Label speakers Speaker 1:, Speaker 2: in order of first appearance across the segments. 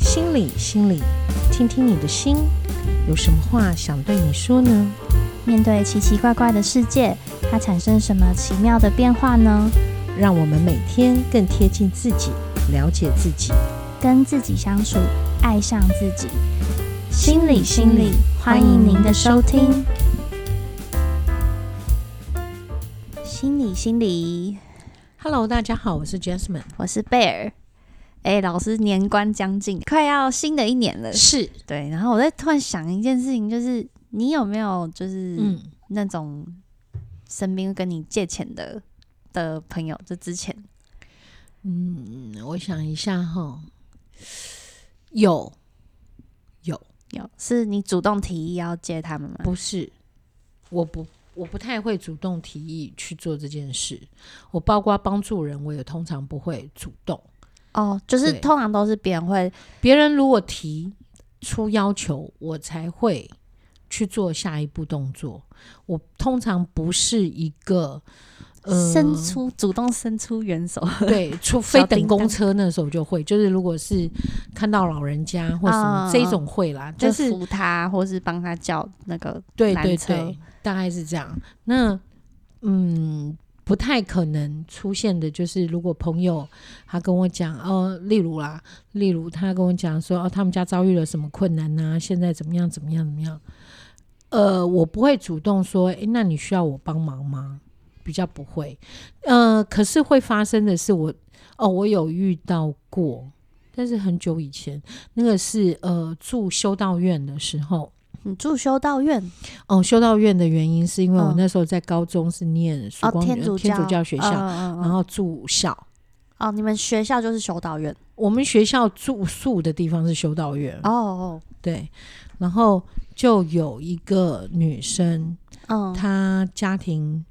Speaker 1: 心理，心理，听听你的心，有什么话想对你说呢？
Speaker 2: 面对奇奇怪怪的世界，它产生什么奇妙的变化呢？
Speaker 1: 让我们每天更贴近自己，了解自己。
Speaker 2: 跟自己相处，爱上自己。
Speaker 1: 心理心理
Speaker 2: 欢迎您的收听。心理心理，
Speaker 1: Hello，大家好，我是 Jasmine。
Speaker 2: 我是贝尔。哎，老师，年关将近，快要新的一年了。
Speaker 1: 是，
Speaker 2: 对，然后我在突然想一件事情，就是你有没有就是
Speaker 1: 嗯，
Speaker 2: 那种身边跟你借钱的的朋友？就之前
Speaker 1: 嗯我想一下哈，有，有，
Speaker 2: 有是你主动提议要借他们吗？
Speaker 1: 不是，我不，我不太会主动提议去做这件事。我包括帮助人，我也通常不会主动。
Speaker 2: 哦，就是
Speaker 1: 对
Speaker 2: 通常都是别人会
Speaker 1: 别人如果提出要求，我才会去做下一步动作。我通常不是一个 呃
Speaker 2: 伸出、主动伸出援 手，
Speaker 1: 对，除非等
Speaker 2: 叮当
Speaker 1: 公车那时候就会，就是如果是看到老人家或什么、
Speaker 2: 啊
Speaker 1: 这一种会啦，
Speaker 2: 就
Speaker 1: 但是
Speaker 2: 扶他，或是帮他叫那个
Speaker 1: 对
Speaker 2: 拦
Speaker 1: 对
Speaker 2: 车
Speaker 1: 对，大概是这样。那嗯，不太可能出现的就是，如果朋友他跟我讲，哦，例如啦，例如他跟我讲说，哦，他们家遭遇了什么困难呐、现在怎么样怎么样怎么样。呃，我不会主动说，诶，那你需要我帮忙吗？比较不会。呃，可是会发生的是我，哦，我有遇到过，但是很久以前，那个是呃住修道院的时候，
Speaker 2: 你嗯住修道院
Speaker 1: 哦，修道院的原因是因为我
Speaker 2: 嗯
Speaker 1: 那时候在高中是念曙
Speaker 2: 哦
Speaker 1: 光，女
Speaker 2: 天主
Speaker 1: 天主教学校，
Speaker 2: 嗯嗯嗯
Speaker 1: 然后住校。
Speaker 2: 哦，你们学校就是修道院
Speaker 1: 我们学校住宿的地方是修道院，
Speaker 2: 哦哦，
Speaker 1: 对。然后就有一个女生，
Speaker 2: 嗯，
Speaker 1: 她家庭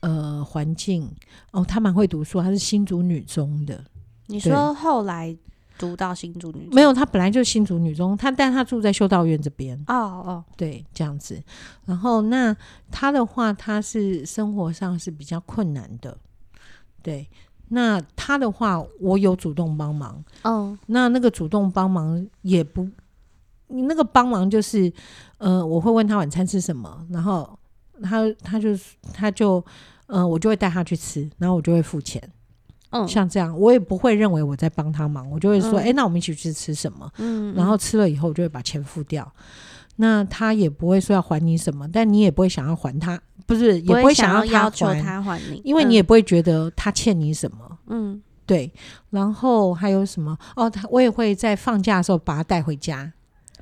Speaker 1: 呃环境哦，她蛮会读书，她是新竹女中的，
Speaker 2: 你
Speaker 1: 对
Speaker 2: 说后来读到新竹女中
Speaker 1: 没有，她本来就是新竹女中，她但她住在修道院这边，
Speaker 2: 哦哦，
Speaker 1: 对，这样子。然后那他的话，他是生活上是比较困难的，对。那他的话，我有主动帮忙。
Speaker 2: 嗯
Speaker 1: 那那个主动帮忙也不，你那个帮忙就是，呃，我会问他晚餐吃什么，然后他他就他就，呃，我就会带他去吃，然后我就会付钱。
Speaker 2: 嗯，
Speaker 1: 像这样，我也不会认为我在帮他忙，我就会说，
Speaker 2: 嗯
Speaker 1: 哎、那我们一起去吃什么？
Speaker 2: 嗯
Speaker 1: 然后吃了以后我就会把钱付掉。那他也不会说要还你什么，但你也不会想要还他，不是也
Speaker 2: 不
Speaker 1: 会
Speaker 2: 想
Speaker 1: 要
Speaker 2: 要
Speaker 1: 他
Speaker 2: 求
Speaker 1: 还，
Speaker 2: 他还你，
Speaker 1: 因为
Speaker 2: 嗯
Speaker 1: 你也不会觉得他欠你什么。
Speaker 2: 嗯
Speaker 1: 对，然后还有什么？哦，他我也会在放假的时候把他带回家。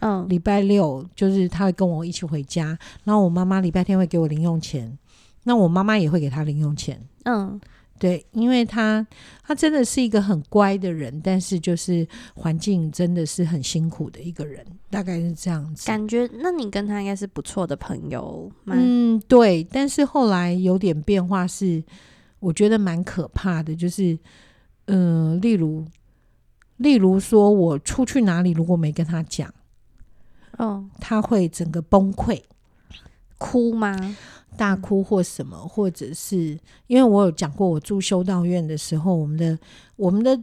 Speaker 2: 嗯
Speaker 1: 礼拜六就是他会跟我一起回家，然后我妈妈礼拜天会给我零用钱，那我妈妈也会给他零用钱。
Speaker 2: 嗯
Speaker 1: 对，因为他他真的是一个很乖的人，但是就是环境真的是很辛苦的一个人，大概是这样子。
Speaker 2: 感觉那你跟他应该是不错的朋友吗？
Speaker 1: 嗯，对。但是后来有点变化是，我觉得蛮可怕的，就是嗯、呃例如例如说我出去哪里，如果没跟他讲，
Speaker 2: 嗯，
Speaker 1: 他会整个崩溃。
Speaker 2: 哭吗？
Speaker 1: 大哭或什么，或者是因为我有讲过，我住修道院的时候，我们的我们的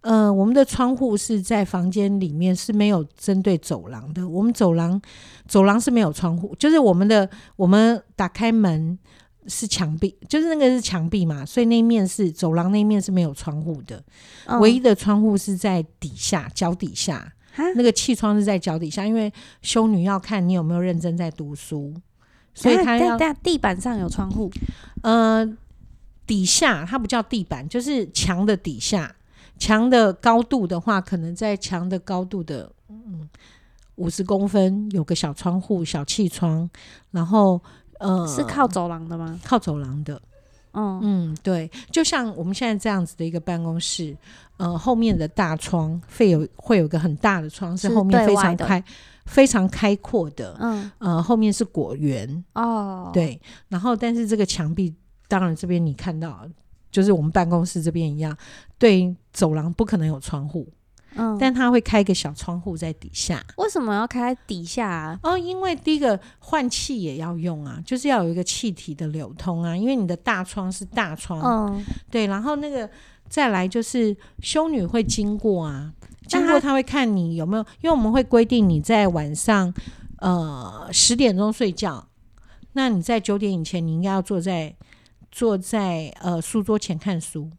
Speaker 1: 呃我们的窗户是在房间里面是没有针对走廊的，我们走廊走廊是没有窗户，就是我们的我们打开门是墙壁，就是那个是墙壁嘛，所以那一面是走廊那一面是没有窗户的，
Speaker 2: 嗯
Speaker 1: 唯一的窗户是在底下脚底下，
Speaker 2: 哈
Speaker 1: 那个气窗是在脚底下，因为修女要看你有没有认真在读书。所以
Speaker 2: 等
Speaker 1: 她
Speaker 2: 下等下
Speaker 1: 要
Speaker 2: 等下地板上有窗户
Speaker 1: 呃，底下它不叫地板，就是墙的底下，墙的高度的话，可能在墙的高度的嗯五十公分有个小窗户、小气窗，然后呃
Speaker 2: 是靠走廊的吗？
Speaker 1: 靠走廊的，
Speaker 2: 嗯
Speaker 1: 嗯，对，就像我们现在这样子的一个办公室，呃，后面的大窗会有会有一个很大的窗，是
Speaker 2: 是
Speaker 1: 后面
Speaker 2: 对
Speaker 1: 非
Speaker 2: 外
Speaker 1: 常
Speaker 2: 的
Speaker 1: 开非常开阔的，
Speaker 2: 嗯
Speaker 1: 呃，后面是果园，
Speaker 2: 哦，，
Speaker 1: 对，然后但是这个墙壁，当然这边你看到，就是我们办公室这边一样，对走廊不可能有窗户，
Speaker 2: 嗯，
Speaker 1: 但它会开一个小窗户在底下。
Speaker 2: 为什么要开在底下啊？
Speaker 1: 哦，因为第一个换气也要用啊，就是要有一个气体的流通啊，因为你的大窗是大窗，
Speaker 2: 嗯，
Speaker 1: 对，然后那个再来就是修女会经过啊，经过他会看你有没有，因为我们会规定你在晚上呃十点钟睡觉，那你在九点以前你应该要坐在坐在呃书桌前看书。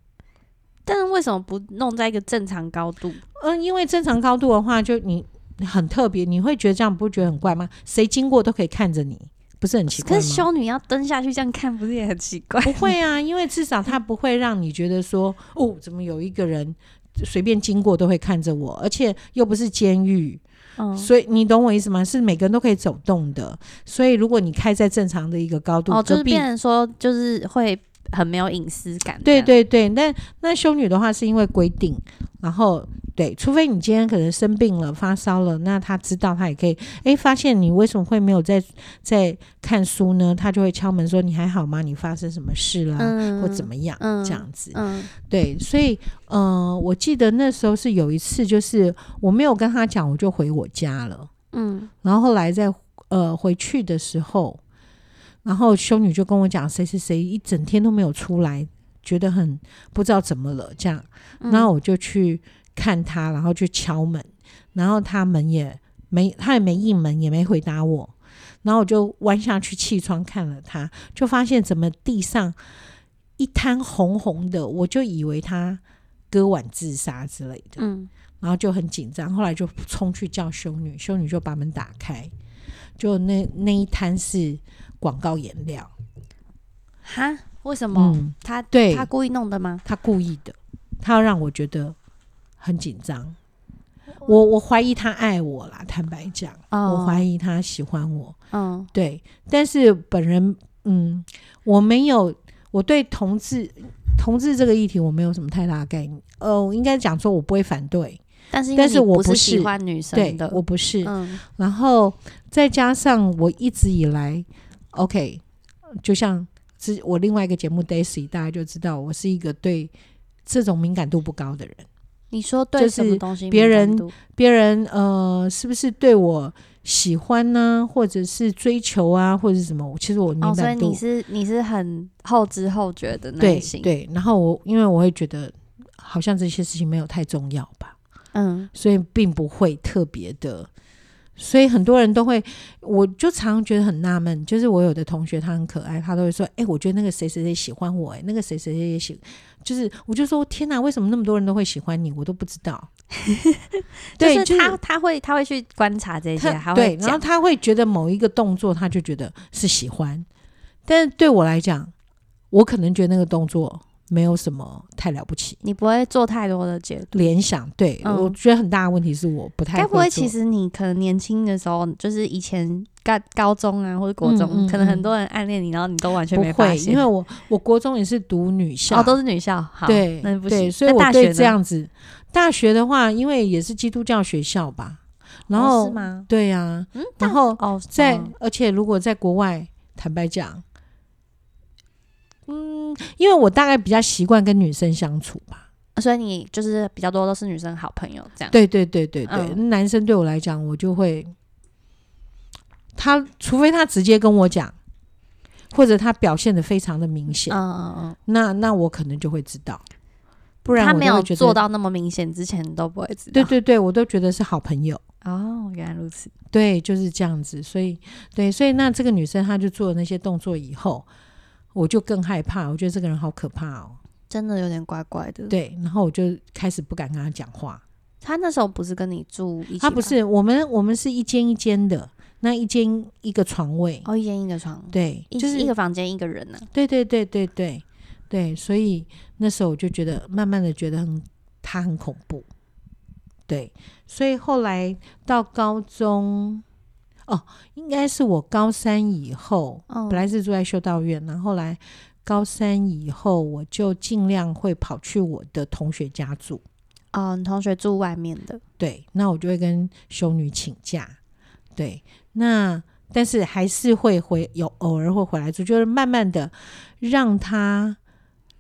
Speaker 2: 但是为什么不弄在一个正常高度？
Speaker 1: 嗯，因为正常高度的话，就你很特别，你会觉得这样不觉得很怪吗？谁经过都可以看着你，不是很奇怪
Speaker 2: 可
Speaker 1: 吗？
Speaker 2: 是修女要蹲下去这样看，不是也很奇怪？
Speaker 1: 不会啊，因为至少他不会让你觉得说，哦，怎么有一个人随便经过都会看着我，而且又不是监狱，
Speaker 2: 嗯，
Speaker 1: 所以你懂我意思吗？是每个人都可以走动的，所以如果你开在正常的一个高度，
Speaker 2: 哦，就是
Speaker 1: 隔壁
Speaker 2: 变成说，就是会很没有隐私感。
Speaker 1: 对
Speaker 2: 这样，
Speaker 1: 对对，那那修女的话是因为规定，然后对，除非你今天可能生病了、发烧了，那他知道他也可以，诶，发现你为什么会没有在在看书呢？他就会敲门说你还好吗？你发生什么事啦，
Speaker 2: 嗯
Speaker 1: 啊或怎么样、
Speaker 2: 嗯
Speaker 1: 这样子。
Speaker 2: 嗯
Speaker 1: 对，所以呃，我记得那时候是有一次，就是我没有跟他讲，我就回我家了。
Speaker 2: 嗯，
Speaker 1: 然后后来在呃回去的时候，然后修女就跟我讲，谁谁谁一整天都没有出来，觉得很不知道怎么了这样。
Speaker 2: 嗯
Speaker 1: 然后我就去看他，然后去敲门，然后他门也没，他也没应门，也没回答我。然后我就弯下去气窗看了他，就发现怎么地上一滩红红的，我就以为他割腕自杀之类的。
Speaker 2: 嗯
Speaker 1: 然后就很紧张，后来就冲去叫修女，修女就把门打开，就那那一摊是广告颜料，
Speaker 2: 哈，为什么
Speaker 1: 嗯，
Speaker 2: 他
Speaker 1: 对
Speaker 2: 他故意弄的吗？
Speaker 1: 他故意的，他要让我觉得很紧张。我我怀疑他爱我啦，坦白讲，我
Speaker 2: 哦
Speaker 1: 怀疑他喜欢我，
Speaker 2: 嗯
Speaker 1: 对，但是本人，嗯，我没有，我对同志同志这个议题我没有什么太大的概念，呃，我应该讲说我不会反对，
Speaker 2: 但是因为
Speaker 1: 但是
Speaker 2: 你
Speaker 1: 我
Speaker 2: 不
Speaker 1: 不
Speaker 2: 喜
Speaker 1: 是
Speaker 2: 欢女
Speaker 1: 对
Speaker 2: 生的，
Speaker 1: 我不是，
Speaker 2: 嗯
Speaker 1: 然后再加上我一直以来，OK，就像之我另外一个节目 Daisy，大家就知道我是一个对这种敏感度不高的人。
Speaker 2: 你说
Speaker 1: 就
Speaker 2: 对什
Speaker 1: 是
Speaker 2: 么东西敏
Speaker 1: 别
Speaker 2: 感
Speaker 1: 人
Speaker 2: 度
Speaker 1: 别人呃，是不是对我喜欢呢、或者是追求啊，或者是什么？其实我
Speaker 2: 哦，
Speaker 1: 敏
Speaker 2: 所以
Speaker 1: 感度、
Speaker 2: 你是你是很后知后觉的那
Speaker 1: 对
Speaker 2: 一型，，
Speaker 1: 对。然后我因为我会觉得好像这些事情没有太重要吧。
Speaker 2: 嗯
Speaker 1: 所以并不会特别的。所以很多人都会，我就常常觉得很纳闷，就是我有的同学他很可爱，他都会说：“哎、我觉得那个谁谁谁喜欢我、诶哎，那个谁谁谁也喜。”就是我就说：“天哪，为什么那么多人都会喜欢你？我都不知 道。”对，
Speaker 2: 就是
Speaker 1: 就
Speaker 2: 他
Speaker 1: 是
Speaker 2: 他会他会去观察这些，还
Speaker 1: 他
Speaker 2: 会
Speaker 1: 对，然后
Speaker 2: 讲，
Speaker 1: 他会觉得某一个动作，他就觉得是喜欢。但是对我来讲，我可能觉得那个动作没有什么太了不起。
Speaker 2: 你不会做太多的解读。
Speaker 1: 联想，对、
Speaker 2: 嗯
Speaker 1: 我觉得很大的问题是我不太
Speaker 2: 该不会其
Speaker 1: 做
Speaker 2: 实你可能年轻的时候，就是以前高高中啊或者国中，
Speaker 1: 嗯嗯
Speaker 2: 可能很
Speaker 1: 嗯
Speaker 2: 多人暗恋你，然后你都完全
Speaker 1: 不
Speaker 2: 没发
Speaker 1: 会，
Speaker 2: 现，
Speaker 1: 因为我我国中也是读女校，
Speaker 2: 哦都是女校，好，
Speaker 1: 对
Speaker 2: 那不
Speaker 1: 对，
Speaker 2: 行。
Speaker 1: 所以
Speaker 2: 那
Speaker 1: 我
Speaker 2: 大学
Speaker 1: 对
Speaker 2: 呢
Speaker 1: 这，样子。大学的话，因为也是基督教学校吧，然
Speaker 2: 哦
Speaker 1: 后、
Speaker 2: 是吗？
Speaker 1: 对呀、
Speaker 2: 嗯，
Speaker 1: 然后
Speaker 2: 哦，
Speaker 1: 在、
Speaker 2: 嗯
Speaker 1: 而且如果在国外，坦白讲，嗯，因为我大概比较习惯跟女生相处吧。
Speaker 2: 哦所以你就是比较多都是女生好朋友这样。
Speaker 1: 对对对对对，
Speaker 2: 嗯
Speaker 1: 男生对我来讲，我就会他除非他直接跟我讲，或者他表现的非常的明显，
Speaker 2: 嗯嗯嗯，
Speaker 1: 那那我可能就会知道，不然
Speaker 2: 他
Speaker 1: 我
Speaker 2: 没
Speaker 1: 都会
Speaker 2: 有
Speaker 1: 觉得
Speaker 2: 做到那么明显之前都不会知道。
Speaker 1: 对对对，我都觉得是好朋友。
Speaker 2: 哦，原来如此。
Speaker 1: 对，就是这样子。所以，对，所以那这个女生她就做了那些动作以后，我就更害怕，我觉得这个人好可怕哦。
Speaker 2: 真的有点怪怪的。
Speaker 1: 对，然后我就开始不敢跟她讲话。
Speaker 2: 他那时候不是跟你住一起吗？
Speaker 1: 她不是我们，我们是一间一间的，那一间一个床位。
Speaker 2: 哦，一间一个床，
Speaker 1: 对，
Speaker 2: 一
Speaker 1: 就是
Speaker 2: 一个房间一个人啊呢、
Speaker 1: 对对对对对对，所以那时候我就觉得，慢慢的觉得很他很恐怖，对，所以后来到高中，哦，应该是我高三以后，
Speaker 2: 哦
Speaker 1: 本来是住在修道院，然后后来高三以后，我就尽量会跑去我的同学家住，
Speaker 2: 哦，你同学住外面的，
Speaker 1: 对，那我就会跟修女请假，对，那但是还是会回有偶尔会回来住，就是慢慢的让他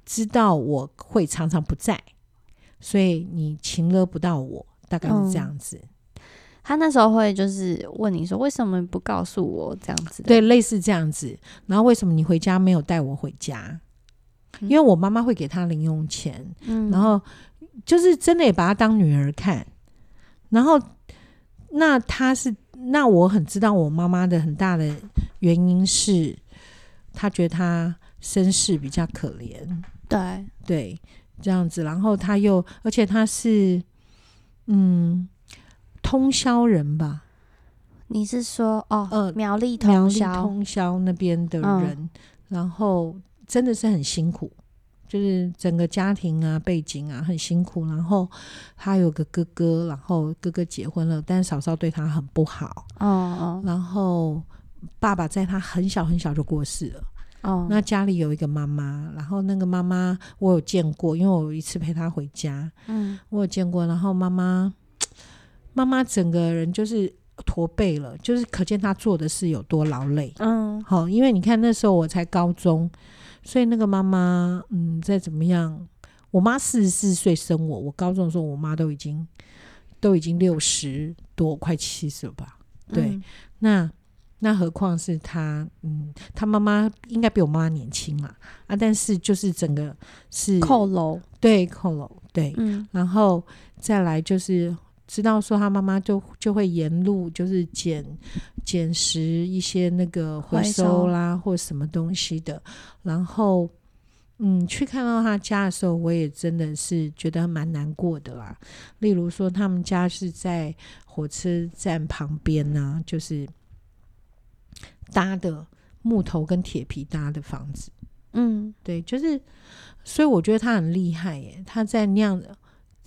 Speaker 1: 知道我会常常不在，所以你情勒不到我，大概是这样子，
Speaker 2: 他那时候会就是问你说为什么不告诉我这样子的？
Speaker 1: 对，类似这样子。然后为什么你回家没有带我回家？因
Speaker 2: 嗯
Speaker 1: 为我妈妈会给他零用钱，
Speaker 2: 嗯
Speaker 1: 然后就是真的也把她当女儿看，然后那他是那我很知道我妈妈的很大的原因是，她觉得她身世比较可怜，
Speaker 2: 对，
Speaker 1: 对，这样子，然后她又而且她是嗯通宵人吧，
Speaker 2: 你是说哦，
Speaker 1: 呃
Speaker 2: 苗栗
Speaker 1: 苗
Speaker 2: 通
Speaker 1: 栗
Speaker 2: 宵，
Speaker 1: 通宵那边的
Speaker 2: 嗯
Speaker 1: 人，然后真的是很辛苦，就是整个家庭啊、背景啊很辛苦。然后他有个哥哥，然后哥哥结婚了，但嫂嫂对他很不好。
Speaker 2: 哦
Speaker 1: 然后爸爸在他很小很小就过世了。
Speaker 2: 哦哦，
Speaker 1: 那家里有一个妈妈，然后那个妈妈我有见过，因为我有一次陪她回家，
Speaker 2: 嗯
Speaker 1: 我有见过。然后妈妈，妈妈整个人就是驼背了，就是可见她做的事有多劳累。
Speaker 2: 嗯
Speaker 1: 好，因为你看那时候我才高中，所以那个妈妈，嗯，再怎么样，我妈四十四岁生我，我高中的时候我妈都已经都已经六十多，快七十了吧？对，
Speaker 2: 嗯
Speaker 1: 那那何况是她，嗯，她妈妈应该比我妈妈年轻啦，啊，但是就是整个是
Speaker 2: 扣楼，
Speaker 1: 对扣楼对，
Speaker 2: 嗯
Speaker 1: 然后再来就是知道说他妈妈就就会沿路就是捡捡拾一些那个回
Speaker 2: 回
Speaker 1: 收
Speaker 2: 收
Speaker 1: 啦或什么东西的，然后嗯去看到他家的时候，我也真的是觉得蛮难过的啦。例如说他们家是在火车站旁边呐、就是搭的木头跟铁皮搭的房子。
Speaker 2: 嗯
Speaker 1: 对，就是，所以我觉得他很厉害耶，他在那样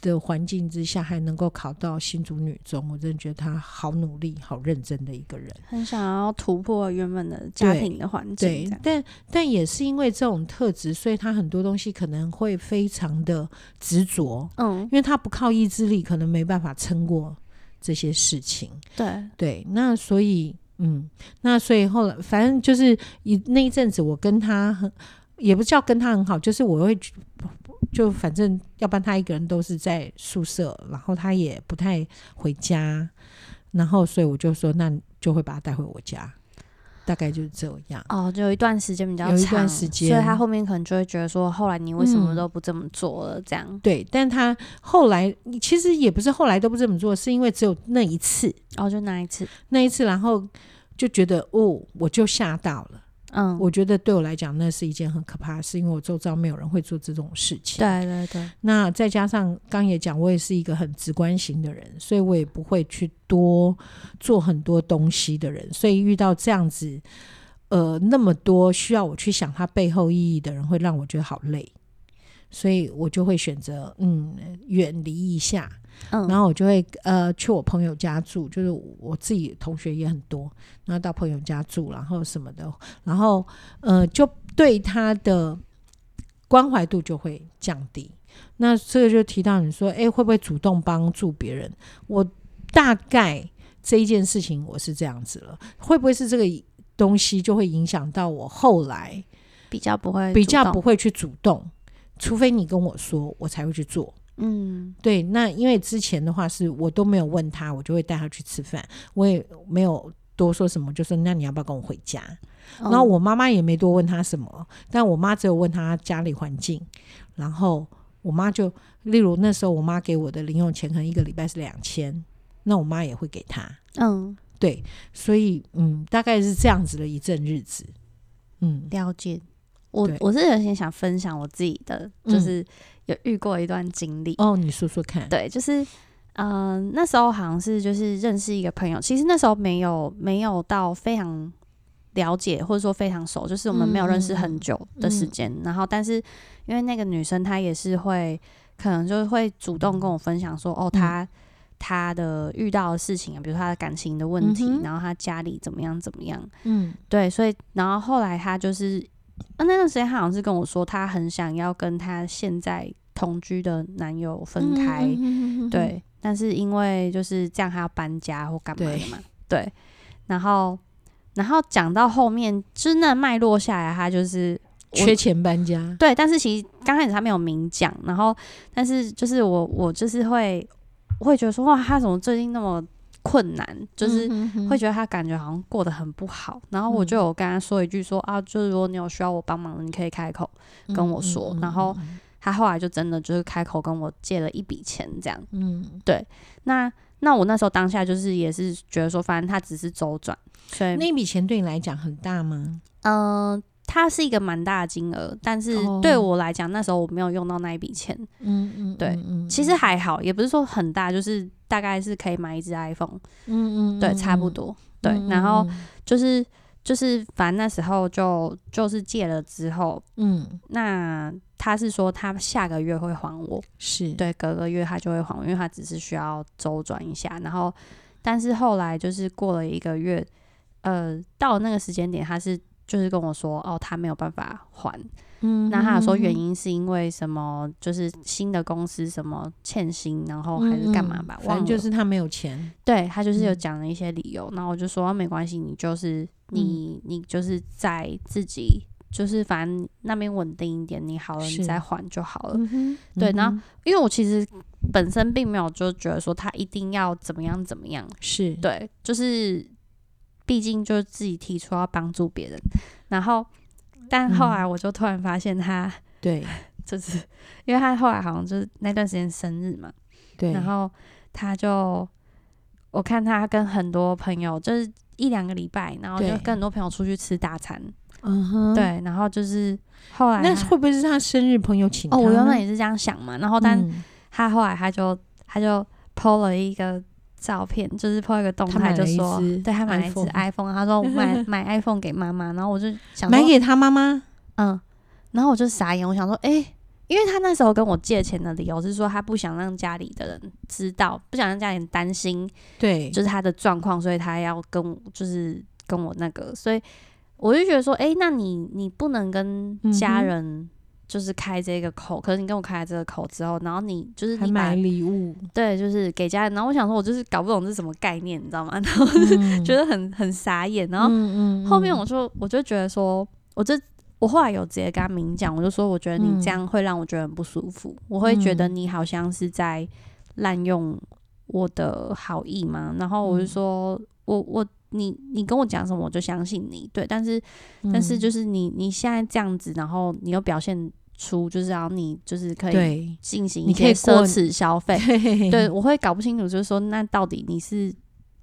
Speaker 1: 的环境之下还能够考到新竹女中，我真的觉得他好努力、好认真的一个人。
Speaker 2: 很想要突破原本的家
Speaker 1: 对
Speaker 2: 庭的环境，
Speaker 1: 对
Speaker 2: 这样，
Speaker 1: 但但也是因为这种特质，所以他很多东西可能会非常的执着，
Speaker 2: 嗯
Speaker 1: 因为他不靠意志力，可能没办法撑过这些事情。
Speaker 2: 对，
Speaker 1: 对，那所以，嗯，那所以后来，反正就是一那一阵子，我跟他很，也不叫跟他很好，就是我会觉就反正，要不然他一个人都是在宿舍，然后他也不太回家，然后所以我就说，那就会把他带回我家，大概就是这样。
Speaker 2: 哦，就有一段时间比较
Speaker 1: 有
Speaker 2: 长，
Speaker 1: 一段时间
Speaker 2: 所以他后面可能就会觉得说，后来你为什么
Speaker 1: 嗯
Speaker 2: 都不这么做了？这样，
Speaker 1: 对，但他后来其实也不是后来都不这么做，是因为只有那一次，
Speaker 2: 哦，就那一次，
Speaker 1: 那一次，然后就觉得哦，我就吓到了。
Speaker 2: 嗯，
Speaker 1: 我觉得对我来讲，那是一件很可怕的事，因为我周遭没有人会做这种事情。，
Speaker 2: 对对对，
Speaker 1: 那再加上刚也讲，我也是一个很直观型的人，所以我也不会去多做很多东西的人，所以遇到这样子，呃，那么多需要我去想它背后意义的人，会让我觉得好累，所以我就会选择嗯远离一下。
Speaker 2: 嗯，
Speaker 1: 然后我就会呃去我朋友家住，就是我自己同学也很多，然后到朋友家住，然后什么的，然后呃就对他的关怀度就会降低。那这个就提到你说，哎，会不会主动帮助别人？我大概这一件事情我是这样子了，会不会是这个东西就会影响到我后来
Speaker 2: 比较不会，
Speaker 1: 比较不，会去主动，除非你跟我说，我才会去做。
Speaker 2: 嗯
Speaker 1: 对，那因为之前的话是我都没有问他，我就会带他去吃饭，我也没有多说什么，就说那你要不要跟我回家？
Speaker 2: 嗯，
Speaker 1: 然后我妈妈也没多问他什么，但我妈只有问他家里环境，然后我妈就，例如那时候我妈给我的零用钱可能一个礼拜是两千，那我妈也会给他，
Speaker 2: 嗯，
Speaker 1: 对，所以嗯，大概是这样子的一阵日子，嗯
Speaker 2: 了解。我
Speaker 1: 对
Speaker 2: 我是有点想分享我自己的，就
Speaker 1: 嗯
Speaker 2: 是有遇过一段经历，
Speaker 1: 哦，你说说看，
Speaker 2: 对，就是嗯、呃那时候好像是就是认识一个朋友，其实那时候没有没有到非常了解或者说非常熟，就是我们没有认识
Speaker 1: 嗯
Speaker 2: 很久的时间。然后，但是因为那个女生她也是会，可能就会主动跟我分享说，
Speaker 1: 嗯
Speaker 2: 哦，她。她的遇到的事情啊，比如她的感情的问题，
Speaker 1: 嗯哼
Speaker 2: 然后她家里怎么样怎么样，
Speaker 1: 嗯
Speaker 2: 对，所以然后后来她就是，啊、那段时间她好像是跟我说，她很想要跟她现在同居的男友分开，
Speaker 1: 嗯，
Speaker 2: 对，但是因为就是这样，他要搬家或干嘛的嘛，对。然后，然后讲到后面，就是那脉络下来，他就是我
Speaker 1: 缺钱搬家，
Speaker 2: 对，但是其实刚开始他没有明讲，然后但是就是我我就是会我会觉得说哇，他怎么最近那么困难，
Speaker 1: 嗯
Speaker 2: 就是。会
Speaker 1: 会
Speaker 2: 觉得他感觉好像过得很不好，然后我就有跟他说一句说、啊，就是如果你有需要我帮忙的，你可以开口。
Speaker 1: 嗯
Speaker 2: 跟我说然后他后来就真的就是开口跟我借了一笔钱，这样。
Speaker 1: 嗯
Speaker 2: 那那我那时候当下就是也是觉得说，反正它只是周转，所以
Speaker 1: 那笔钱对你来讲很大吗？
Speaker 2: 嗯、呃，它是一个蛮大的金额，但是
Speaker 1: 哦
Speaker 2: 对我来讲，那时候我没有用到那一笔钱，
Speaker 1: 嗯嗯，
Speaker 2: 对
Speaker 1: 嗯，嗯
Speaker 2: 其实还好，也不是说很大，就是大概是可以买一只 iPhone，
Speaker 1: 嗯嗯，
Speaker 2: 对，
Speaker 1: 嗯
Speaker 2: 差不，多，对，然后
Speaker 1: 嗯
Speaker 2: 就是就是反正那时候就就是借了之后，
Speaker 1: 嗯嗯
Speaker 2: 那他是说他下个月会还我，
Speaker 1: 是，
Speaker 2: 对，隔个月他就会还我，因为他只是需要周转一下，然后但是后来就是过了一个月，呃，到了那个时间点，他是就是跟我说，哦，他没有办法还，
Speaker 1: 嗯，嗯，
Speaker 2: 那他有说原
Speaker 1: 嗯，
Speaker 2: 因是因为什么？就是新的公司什么欠薪，然后哦还是干嘛吧
Speaker 1: 嗯？
Speaker 2: 忘
Speaker 1: 反
Speaker 2: 了。
Speaker 1: 正就是他没有钱，
Speaker 2: 对他就是有
Speaker 1: 嗯
Speaker 2: 讲了一些理由，然后我就说、啊没关系，你就是你你就是在自己就是反正那边稳定一点，你好了
Speaker 1: 是
Speaker 2: 你再还就好了。
Speaker 1: 嗯哼
Speaker 2: 呃对
Speaker 1: 嗯
Speaker 2: 然
Speaker 1: 哼
Speaker 2: 因为我其实本身并没有就觉得说他一定要怎么样怎么样，
Speaker 1: 是，
Speaker 2: 对，就是毕竟就是自己提出要帮助别人，然后但后来我就突然发现他。
Speaker 1: 对
Speaker 2: 就是因为他后来好像就是那段时间生日嘛，
Speaker 1: 对，
Speaker 2: 然后他就我看他跟很多朋友就是一两个礼拜，然后就
Speaker 1: 对
Speaker 2: 跟很多朋友出去吃大餐，
Speaker 1: 嗯哼，
Speaker 2: 对，，然后就是后来
Speaker 1: 那
Speaker 2: 他
Speaker 1: 会不会是他生日朋友请他
Speaker 2: 哦，
Speaker 1: 呢？
Speaker 2: 我原本也是这样想嘛，然后但
Speaker 1: 嗯
Speaker 2: 他后来他就他就 PO 了一个。照片就是抛一个动
Speaker 1: 他买
Speaker 2: 态，
Speaker 1: 了
Speaker 2: 就说
Speaker 1: 一只
Speaker 2: 对他买了一只
Speaker 1: iPhone
Speaker 2: iPhone，他说我买 买 iPhone 给妈妈，然后我就想
Speaker 1: 买
Speaker 2: 说
Speaker 1: 给他妈妈，
Speaker 2: 嗯，然后我就傻眼，我想说，诶，因为他那时候跟我借钱的理由是说他不想让家里的人知道，不想让家里人担心，
Speaker 1: 对，
Speaker 2: 就是他的状况，所以他要跟我就是跟我那个，所以我就觉得说，诶，那你你不能跟
Speaker 1: 嗯
Speaker 2: 家
Speaker 1: 哼
Speaker 2: 人就是开这个口，可是你跟我开了这个口之后，然后你就是
Speaker 1: 还
Speaker 2: 你把
Speaker 1: 买礼物，
Speaker 2: 对，就是给家人，然后我想说，我就是搞不懂这是什么概念，你知道吗？ 然后
Speaker 1: 嗯
Speaker 2: 觉得很很傻眼，然后
Speaker 1: 嗯嗯
Speaker 2: 后面
Speaker 1: 嗯
Speaker 2: 我就我就觉得说，我这我后来有直接跟他明讲，我就说我觉得你这样会让我觉得很不舒服，我会觉得
Speaker 1: 嗯
Speaker 2: 你好像是在滥用我的好意嘛。然后我就
Speaker 1: 嗯
Speaker 2: 说，我我你你跟我讲什么我就相信你，对，但是但是
Speaker 1: 嗯
Speaker 2: 就是你你现在这样子，然后你又表现出就是要你就是可以
Speaker 1: 对
Speaker 2: 进行
Speaker 1: 你
Speaker 2: 一
Speaker 1: 可
Speaker 2: 些
Speaker 1: 以
Speaker 2: 奢
Speaker 1: 过
Speaker 2: 侈消费，
Speaker 1: 对
Speaker 2: 对，我会搞不清楚，就是说，那到底你是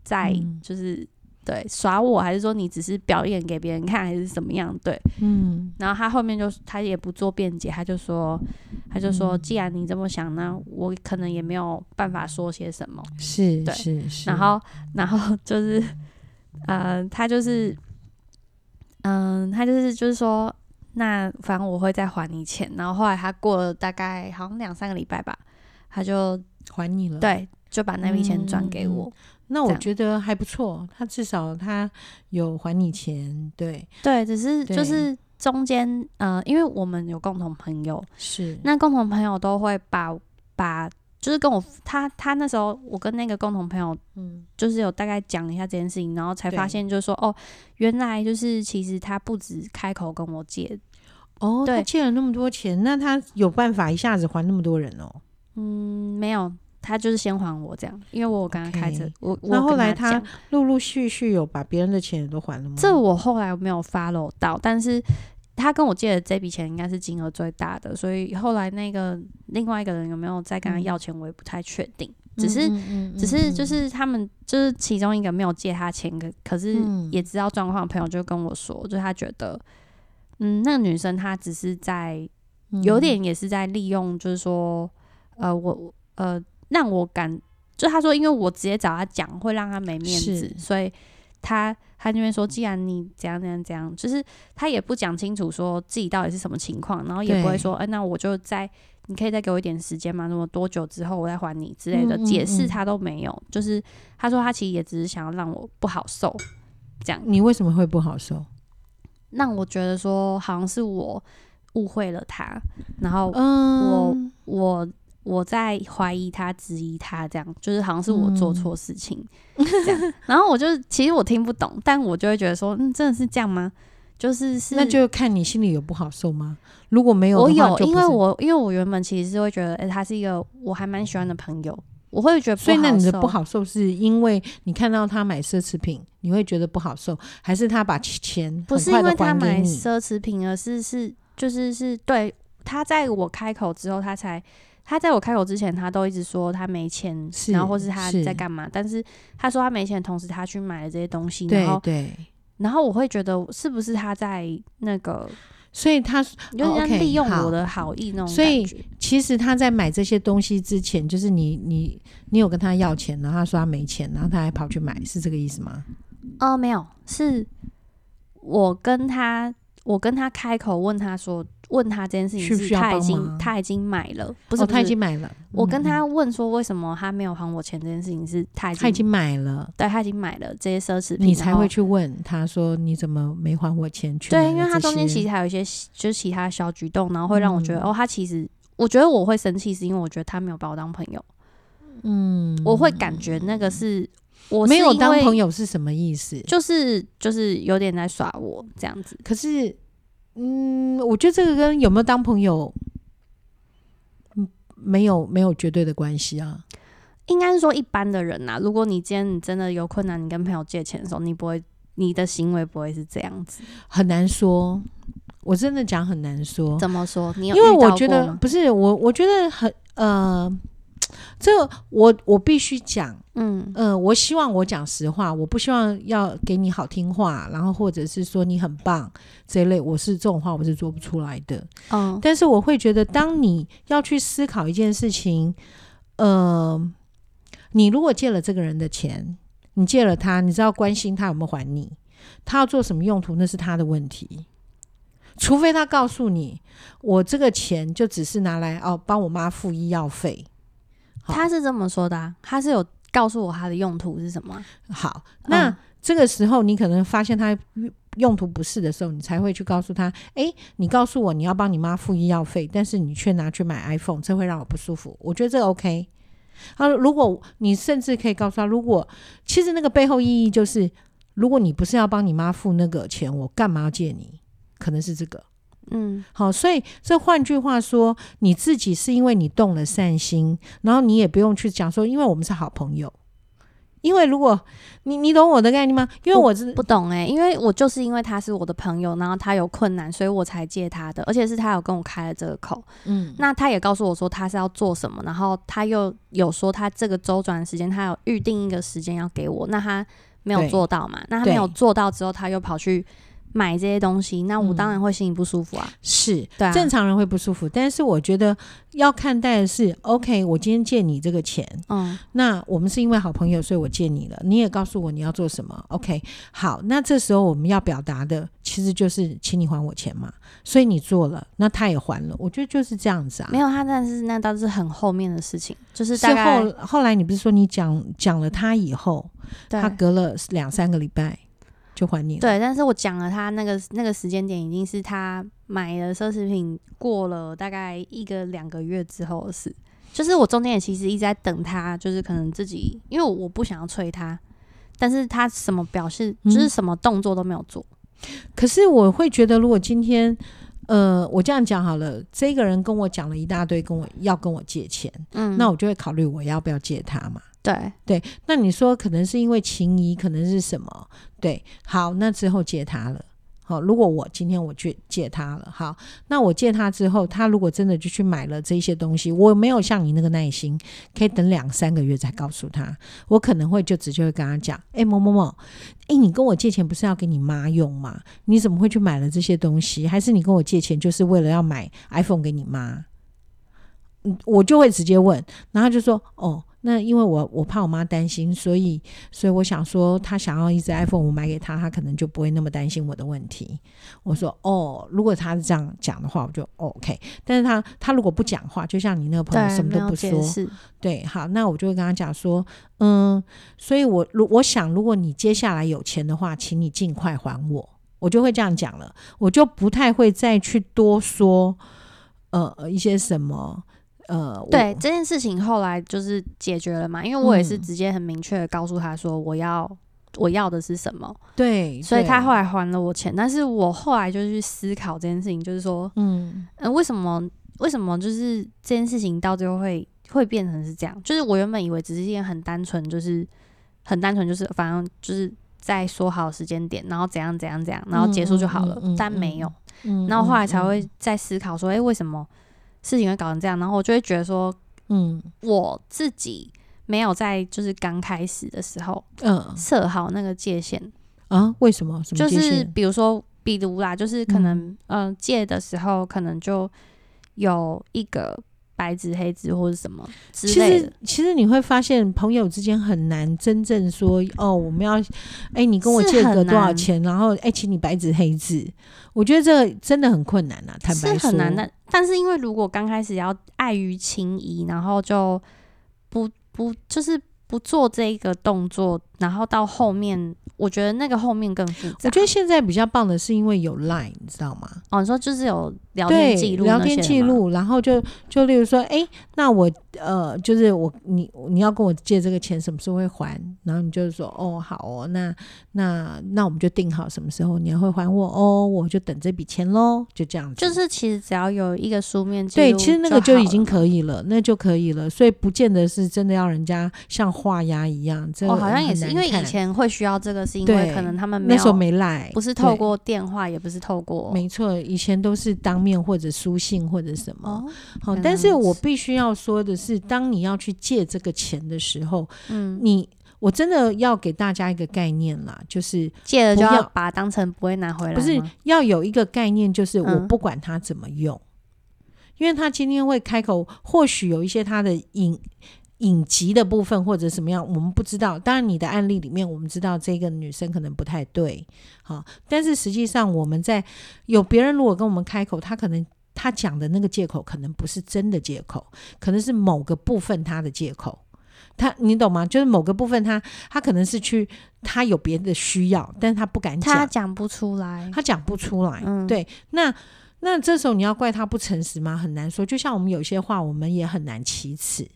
Speaker 2: 在
Speaker 1: 嗯
Speaker 2: 就是、对耍我，还是说你只是表演给别人看，还是怎么样？对。
Speaker 1: 嗯
Speaker 2: 然后他后面就他也不做辩解，他就说，他就说，
Speaker 1: 嗯
Speaker 2: 既然你这么想，那我可能也没有办法说些什么。
Speaker 1: 是
Speaker 2: 对
Speaker 1: 是是，
Speaker 2: 然后，然后就是，呃，他就是，嗯、他就是就是说。那反正我会再还你钱，然后后来他过了大概好像两三个礼拜吧，他就
Speaker 1: 还你了，。
Speaker 2: 对就把那笔钱转
Speaker 1: 嗯
Speaker 2: 给我，
Speaker 1: 那我
Speaker 2: 样
Speaker 1: 觉得还不错，他至少他有还你钱，对，
Speaker 2: 对，只是就
Speaker 1: 对
Speaker 2: 是中间呃，因为我们有共同朋友，
Speaker 1: 是
Speaker 2: 那共同朋友都会把把就是跟我他他那时候我跟那个共同朋友
Speaker 1: 嗯
Speaker 2: 就是有大概讲一下这件事情，然后才发
Speaker 1: 对
Speaker 2: 现就是说哦，原来就是其实他不止开口跟我借，
Speaker 1: 哦，他
Speaker 2: 对
Speaker 1: 借了那么多钱，那他有办法一下子还那么多人哦？
Speaker 2: 嗯，没有。他就是先还我这样，因为我有跟他开着
Speaker 1: OK
Speaker 2: 我我
Speaker 1: 那
Speaker 2: 有
Speaker 1: 后
Speaker 2: 跟
Speaker 1: 来
Speaker 2: 他
Speaker 1: 他
Speaker 2: 讲
Speaker 1: 陆陆续续有把别人的钱也都还了吗？
Speaker 2: 这我后来没有 follow 到，但是他跟我借的这笔钱应该是金额最大的，所以后来那个另外一个人有没有再跟他
Speaker 1: 嗯
Speaker 2: 要钱，我也不太确定。只是、
Speaker 1: 嗯嗯嗯
Speaker 2: 只是就
Speaker 1: 嗯
Speaker 2: 是他们就是其中一个没有借他钱，可可是
Speaker 1: 嗯
Speaker 2: 也知道状况的朋友就跟我说，就他觉得，嗯，那个女生她只是在
Speaker 1: 嗯
Speaker 2: 有点也是在利用，就是说，呃，我呃让我感，就他说，因为我直接找他讲会让他没面子，
Speaker 1: 是
Speaker 2: 所以他他那边说，既然你怎样怎样怎样，就是他也不讲清楚说自己到底是什么情况，然后也不会
Speaker 1: 对
Speaker 2: 说，哎、那我就在。你可以再给我一点时间吗？那么多久之后我再还你之类的
Speaker 1: 嗯嗯
Speaker 2: 解释
Speaker 1: 嗯
Speaker 2: 他都没有，就是他说他其实也只是想要让我不好受，这样
Speaker 1: 你为什么会不好受？
Speaker 2: 让我觉得说好像是我误会了他，然后
Speaker 1: 嗯，
Speaker 2: 我我在怀疑他、质疑他，这样就是好像是我做
Speaker 1: 嗯
Speaker 2: 错事情、这样。然后我就其实我听不懂，但我就会觉得说，嗯，真的是这样吗？就是是
Speaker 1: 那就看你心里有不好受吗？如果没有的
Speaker 2: 我
Speaker 1: 话
Speaker 2: 有，
Speaker 1: 就不
Speaker 2: 因为
Speaker 1: 是
Speaker 2: 我因为我原本其实是会觉得，哎、他是一个我还蛮喜欢的朋友，我会觉得不
Speaker 1: 所以那你的
Speaker 2: 受
Speaker 1: 不好受是因为你看到他买奢侈品，你会觉得不好受，还是他把钱
Speaker 2: 不
Speaker 1: 很
Speaker 2: 是
Speaker 1: 快
Speaker 2: 因为
Speaker 1: 的
Speaker 2: 他
Speaker 1: 还给
Speaker 2: 买
Speaker 1: 你？
Speaker 2: 奢侈品，而是是就是是对他在我开口之后，他才他在我开口之前，他都一直说他没钱，
Speaker 1: 是
Speaker 2: 然后或是他
Speaker 1: 是
Speaker 2: 在干嘛。但是他说他没钱，的同时他去买了这些东西，然
Speaker 1: 对
Speaker 2: 后
Speaker 1: 对，
Speaker 2: 然后我会觉得是不是他在那个
Speaker 1: 所以他
Speaker 2: 有点像
Speaker 1: 哦 OK，
Speaker 2: 利用
Speaker 1: 好
Speaker 2: 我的好意那种
Speaker 1: 所以
Speaker 2: 感觉。
Speaker 1: 其实他在买这些东西之前，就是你你你有跟他要钱，然后他说他没钱，然后他还跑去买，是这个意思吗？
Speaker 2: 呃，没有，是我跟他，我跟他开口问他说，问他这件事情
Speaker 1: 需
Speaker 2: 是
Speaker 1: 不需要
Speaker 2: 他已
Speaker 1: 帮
Speaker 2: 经
Speaker 1: 忙
Speaker 2: 他已经买了，不
Speaker 1: 不
Speaker 2: 是,、
Speaker 1: 哦、他已经，买了，
Speaker 2: 我跟
Speaker 1: 嗯
Speaker 2: 他问说为什么他没有还我钱这件事情是他已经
Speaker 1: 他已经买了，
Speaker 2: 对他已经买了这些奢侈品，
Speaker 1: 你才
Speaker 2: 然后
Speaker 1: 会去问他说你怎么没还我钱去买了
Speaker 2: 对，
Speaker 1: 这些？
Speaker 2: 因为他中间其实还有一些就是其他小举动，然后会让我觉得、
Speaker 1: 嗯
Speaker 2: 哦，他其实我觉得我会生气，是因为我觉得他没有把我当朋友，
Speaker 1: 嗯，
Speaker 2: 我会感觉那个是我
Speaker 1: 没有当朋
Speaker 2: 友，
Speaker 1: 友是什么意思？
Speaker 2: 就是就是有点在耍我这样子。
Speaker 1: 可是，嗯，我觉得这个跟有没有当朋友，嗯，没有没有绝对的关系啊。
Speaker 2: 应该是说一般的人呐、如果你今天你真的有困难，你跟朋友借钱的时候，你不会，你的行为不会是这样子。
Speaker 1: 很难说，我真的讲很难说，
Speaker 2: 怎么说？你有
Speaker 1: 哦因为
Speaker 2: 遇到
Speaker 1: 我觉
Speaker 2: 过
Speaker 1: 得
Speaker 2: 吗
Speaker 1: 不是我，我觉得很呃，这我我必须讲，
Speaker 2: 嗯
Speaker 1: 呃，我希望我讲实话，我不希望要给你好听话，然后或者是说你很棒这一类，我是这种话我是做不出来的。
Speaker 2: 嗯
Speaker 1: 但是我会觉得，当你要去思考一件事情，呃，你如果借了这个人的钱，你借了他，你知道关心他有没有还你，他要做什么用途，那是他的问题。除非他告诉你，我这个钱就只是拿来哦帮我妈付医药费。好
Speaker 2: 他是这么说的、啊，他是有告诉我他的用途是什么啊、
Speaker 1: 好，那、
Speaker 2: 嗯
Speaker 1: 这个时候你可能发现他用途不是的时候，你才会去告诉他：诶，你告诉我你要帮你妈付医药费，但是你却拿去买 iPhone，这会让我不舒服。我觉得这 OK。啊，如果你甚至可以告诉他，如果其实那个背后意义就是，如果你不是要帮你妈付那个钱，我干嘛要借你？可能是这个。
Speaker 2: 嗯
Speaker 1: 好，所以这换句话说，你自己是因为你动了善心，然后你也不用去讲说，因为我们是好朋友。因为如果你你懂我的概念吗？因为我是
Speaker 2: 不懂哎、因为我就是因为他是我的朋友，然后他有困难，所以我才借他的，而且是他有跟我开了这个口。
Speaker 1: 嗯
Speaker 2: 那他也告诉我说他是要做什么，然后他又有说他这个周转时间他有预定一个时间要给我，那他没有
Speaker 1: 对
Speaker 2: 做到嘛？那他
Speaker 1: 对
Speaker 2: 没有做到之后，他又跑去买这些东西，那我
Speaker 1: 嗯
Speaker 2: 当然会心里不舒服啊。
Speaker 1: 是
Speaker 2: 对啊，
Speaker 1: 正常人会不舒服，但是我觉得要看待的是，OK，我今天借你这个钱，
Speaker 2: 嗯
Speaker 1: 那我们是因为好朋友，所以我借你了，你也告诉我你要做什么，OK？好，那这时候我们要表达的其实就是，请你还我钱嘛。所以你做了，那他也还了，我觉得就是这样子啊。
Speaker 2: 没有他，但是那倒是很后面的事情，就是
Speaker 1: 是
Speaker 2: 大概
Speaker 1: 后后来你不是说你讲讲了他以后，
Speaker 2: 对
Speaker 1: 他隔了两三个礼拜就还你了。
Speaker 2: 对，但是我讲了他那个那个时间点已经是他买了奢侈品过了大概一个两个月之后的事，就是我中间也其实一直在等他，就是可能自己因为我不想要催他，但是他什么表示就
Speaker 1: 嗯
Speaker 2: 是什么动作都没有做，
Speaker 1: 可是我会觉得，如果今天，呃，我这样讲好了，这个人跟我讲了一大堆，跟我要跟我借钱，
Speaker 2: 嗯，
Speaker 1: 那我就会考虑我要不要借他嘛。
Speaker 2: 对
Speaker 1: 那你说可能是因为情谊，可能是什么？对，好，那之后借他了。好，如果我今天我去借他了，好，那我借他之后，他如果真的就去买了这些东西，我没有像你那个耐心，可以等两三个月再告诉他，我可能会就直接会跟他讲，哎、某某某，哎、你跟我借钱不是要给你妈用吗？你怎么会去买了这些东西？还是你跟我借钱就是为了要买 iPhone 给你妈？嗯，我就会直接问，然后他就说：“哦，那因为我我怕我妈担心，所以所以我想说，她想要一只 iPhone，我买给她，她可能就不会那么担心我的问题。”我说：“哦，如果她是这样讲的话，我就、哦 OK。但是她她如果不讲话，就像你那个朋友
Speaker 2: 对，
Speaker 1: 什么
Speaker 2: 没
Speaker 1: 都
Speaker 2: 有
Speaker 1: 不
Speaker 2: 解
Speaker 1: 说，
Speaker 2: 释，
Speaker 1: 对，好，那我就会跟他讲说，嗯，所以我如我想，如果你接下来有钱的话，请你尽快还我，我就会这样讲了，我就不太会再去多说，呃，一些什么，呃，我
Speaker 2: 对这件事情后来就是解决了嘛，因为我也是
Speaker 1: 嗯
Speaker 2: 直接很明确的告诉他说我要我要的是什么，
Speaker 1: 对，
Speaker 2: 所以
Speaker 1: 对
Speaker 2: 他后，来还了我钱，但是我后来就去思考这件事情，就是说。
Speaker 1: 嗯，
Speaker 2: 呃，为什么为什么就是这件事情到最后会会变成是这样？就是我原本以为只是一件很单纯，就是很单纯，就是反正就是在说好时间点，然后怎样怎样怎样，然后结束就好了。
Speaker 1: 嗯嗯嗯嗯
Speaker 2: 但没有，
Speaker 1: 嗯
Speaker 2: 然后后来才
Speaker 1: 嗯
Speaker 2: 会在思考说，诶，为什么？事情会搞成这样，然后我就会觉得说，
Speaker 1: 嗯
Speaker 2: 我自己没有在就是刚开始的时候
Speaker 1: 嗯
Speaker 2: 设好那个界限，
Speaker 1: 啊，为什么？什么
Speaker 2: 就
Speaker 1: 界
Speaker 2: 是
Speaker 1: 限？
Speaker 2: 比如说，比如啦，就是可能，嗯、呃，借的时候可能就有一个白纸黑字或者什么之
Speaker 1: 其
Speaker 2: 类
Speaker 1: 实
Speaker 2: 的，
Speaker 1: 其实你会发现，朋友之间很难真正说哦，我们要，哎、你跟我
Speaker 2: 是
Speaker 1: 借个
Speaker 2: 很
Speaker 1: 多少
Speaker 2: 难
Speaker 1: 钱，然后哎、请你白纸黑字。我觉得这真的很困难啊，坦白
Speaker 2: 是
Speaker 1: 说，
Speaker 2: 很难的。但是因为如果刚开始要碍于情谊，然后就不不就是不做这个动作，然后到后面，我觉得那个后面更复杂。
Speaker 1: 我觉得现在比较棒的是因为有 Line，你知道吗？
Speaker 2: 哦，你说就是有聊
Speaker 1: 对，
Speaker 2: 天记录，
Speaker 1: 聊天记，录，然后就就例如说，哎、那我呃，就是我你你要跟我借这个钱，什么时候会还？然后你就是说，哦，好哦，那那那我们就定好什么时候你要会还我哦，我就等这笔钱喽，就这样子。
Speaker 2: 就是其实只要有一个书面记录，
Speaker 1: 对，其实那个就
Speaker 2: 就好
Speaker 1: 已经
Speaker 2: 了
Speaker 1: 可以了，那就可以了，所以不见得是真的要人家像画押一样。这
Speaker 2: 哦，好像也
Speaker 1: 很
Speaker 2: 是，
Speaker 1: 难
Speaker 2: 因为以
Speaker 1: 看
Speaker 2: 前会需要这个，是因为
Speaker 1: 对
Speaker 2: 可能他们没
Speaker 1: 那
Speaker 2: 有
Speaker 1: 时候没来，
Speaker 2: 不是透
Speaker 1: 对。
Speaker 2: 过电话，也不是透过
Speaker 1: 没错，以前都是当面或者书信或者什么，
Speaker 2: 哦，
Speaker 1: 好，
Speaker 2: 原
Speaker 1: 但
Speaker 2: 来
Speaker 1: 是
Speaker 2: 如
Speaker 1: 我
Speaker 2: 此
Speaker 1: 必须要说的是，当你要去借这个钱的时候，
Speaker 2: 嗯，
Speaker 1: 你我真的要给大家一个概念啦，就是
Speaker 2: 借了就
Speaker 1: 不
Speaker 2: 要
Speaker 1: 要
Speaker 2: 把它当成不会拿回来吗，
Speaker 1: 不是要有一个概念，就是我
Speaker 2: 嗯
Speaker 1: 不管他怎么用，因为他今天会开口，或许有一些他的隐隐疾的部分或者怎么样，我们不知道。当然，你的案例里面我们知道这个女生可能不太对，好，但是实际上我们在有别人如果跟我们开口，他可能。他讲的那个借口可能不是真的借口，可能是某个部分他的借口。他你懂吗？就是某个部分他他可能是去他有别的需要，但是他不敢讲。
Speaker 2: 他讲不出来，
Speaker 1: 他讲不出来。
Speaker 2: 嗯
Speaker 1: 对，那那这时候你要怪他不诚实吗？很难说。就像我们有些话，我们也很难启齿。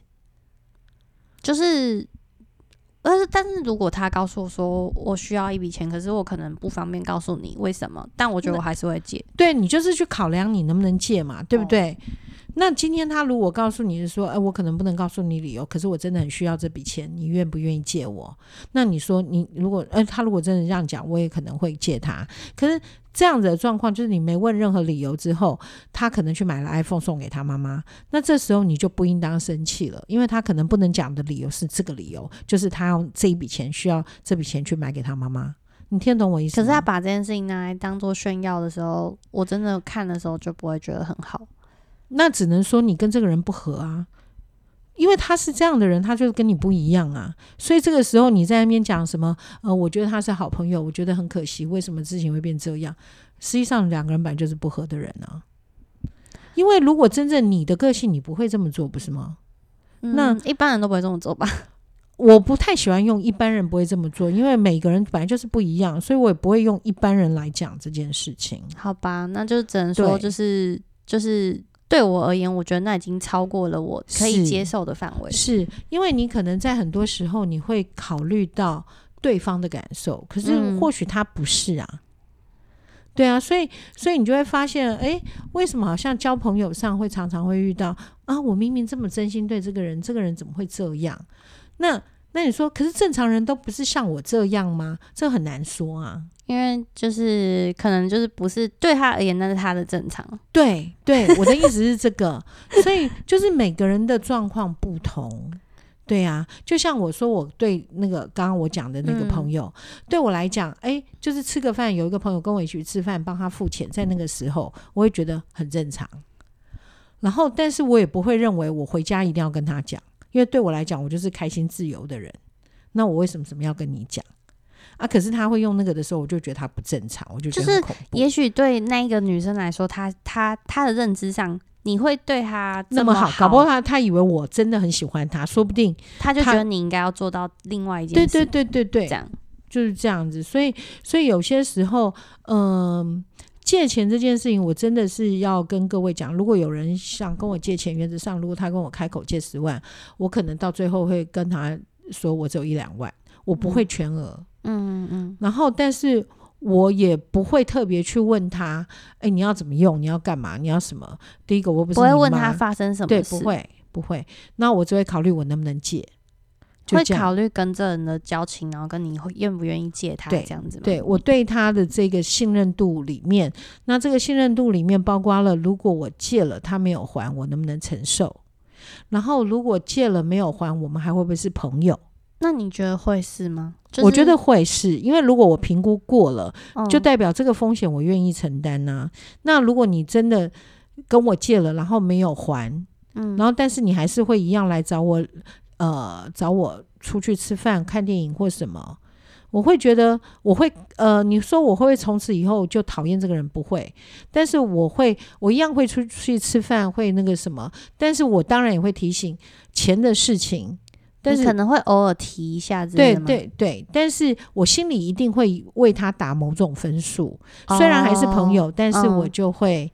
Speaker 2: 就是。但是，但是如果他告诉我说我需要一笔钱，可是我可能不方便告诉你为什么，但我觉得我还是会借。
Speaker 1: 对你就是去考量你能不能借嘛，对不
Speaker 2: 哦
Speaker 1: 对？那今天他如果告诉你是说，哎、我可能不能告诉你理由，可是我真的很需要这笔钱，你愿不愿意借我？那你说你如果，哎、他如果真的这样讲，我也可能会借他。可是这样子的状况就是你没问任何理由之后，他可能去买了 iPhone 送给他妈妈，那这时候你就不应当生气了，因为他可能不能讲的理由是这个理由，就是他要这一笔钱需要这笔钱去买给他妈妈。你听得懂我意思
Speaker 2: 可
Speaker 1: 吗？
Speaker 2: 是他把这件事情拿来当做炫耀的时候，我真的看的时候就不会觉得很好。
Speaker 1: 那只能说你跟这个人不合啊，因为他是这样的人，他就是跟你不一样啊。所以这个时候你在那边讲什么？呃，我觉得他是好朋友，我觉得很可惜，为什么事情会变这样？实际上两个人本来就是不合的人啊。因为如果真正你的个性，你不会这么做，不是吗？那
Speaker 2: 嗯一般人都不会这么做吧？
Speaker 1: 我不太喜欢用一般人不会这么做，因为每个人本来就是不一样，所以我也不会用一般人来讲这件事情。
Speaker 2: 好吧，那就只能说
Speaker 1: 对
Speaker 2: 就是就是对我而言，我觉得那已经超过了我可以
Speaker 1: 是
Speaker 2: 接受的范围。
Speaker 1: 是因为你可能在很多时候你会考虑到对方的感受，可是
Speaker 2: 嗯
Speaker 1: 或许他不是啊。对啊，所以所以你就会发现，哎，为什么好像交朋友上会常常会遇到啊？我明明这么真心对这个人，这个人怎么会这样？那那你说，可是正常人都不是像我这样吗？这很难说啊。
Speaker 2: 因为就是可能就是不是对他而言，那是他的正常。
Speaker 1: 对对，我的意思是这个， 所以就是每个人的状况不同。对啊，就像我说，我对那个刚刚我讲的那个朋
Speaker 2: 嗯
Speaker 1: 友，对啊我来讲，哎，就是吃个饭，有一个朋友跟我一起去吃饭，帮他付钱，在那个时候，我会觉得很正常。然后，但是我也不会认为我回家一定要跟他讲，因为对我来讲，我就是开心自由的人。那我为什么什么要跟你讲啊？可是他会用那个的时候，我就觉得他不正常，我就觉
Speaker 2: 就
Speaker 1: 得很
Speaker 2: 是
Speaker 1: 恐怖。
Speaker 2: 也许对那一个女生来说，她她她的认知上，你会对她
Speaker 1: 那
Speaker 2: 么
Speaker 1: 么好，搞不好他他以为我真的很喜欢他，说不定。
Speaker 2: 她就
Speaker 1: 她
Speaker 2: 觉得你应该要做到另外一件
Speaker 1: 对
Speaker 2: 事，
Speaker 1: 对对对对
Speaker 2: 这，样
Speaker 1: 就是这样子。所以所以有些时候，嗯、借钱这件事情，我真的是要跟各位讲，如果有人想跟我借钱，原则上如果他跟我开口借十万，我可能到最后会跟他说我只有一两万，我不会全额。
Speaker 2: 嗯嗯嗯，
Speaker 1: 然后，但是我也不会特别去问他，哎，你要怎么用？你要干嘛？你要什么？第一个，我不是
Speaker 2: 嗯不会
Speaker 1: 你
Speaker 2: 问
Speaker 1: 妈
Speaker 2: 她发生什么
Speaker 1: 对，
Speaker 2: 事，
Speaker 1: 不会不会。那我只会考虑我能不能借。就
Speaker 2: 会
Speaker 1: 这样
Speaker 2: 考虑跟这人的交情，然后跟你会愿不愿意借他
Speaker 1: 对
Speaker 2: 这样子吗？
Speaker 1: 对我对他的这个信任度里面，那这个信任度里面包括了，如果我借了他没有还，我能不能承受？然后如果借了没有还，我们还会不会是朋友？
Speaker 2: 那你觉得会是吗？就是、
Speaker 1: 我觉得会是，因为如果我评估过了，就
Speaker 2: 嗯
Speaker 1: 代表这个风险我愿意承担呐、那如果你真的跟我借了，然后没有还，
Speaker 2: 嗯
Speaker 1: 然后但是你还是会一样来找我，呃，找我出去吃饭、看电影或什么，我会觉得我会呃，你说我会不会从此以后就讨厌这个人？不会，但是我会，我一样会出去吃饭，会那个什么，但是我当然也会提醒钱的事情，但
Speaker 2: 你
Speaker 1: 是
Speaker 2: 可能会偶尔提一下之类
Speaker 1: 对
Speaker 2: 的吗，
Speaker 1: 对对，但是我心里一定会为他打某种分数，虽然还是朋友，但是我
Speaker 2: 嗯
Speaker 1: 就会、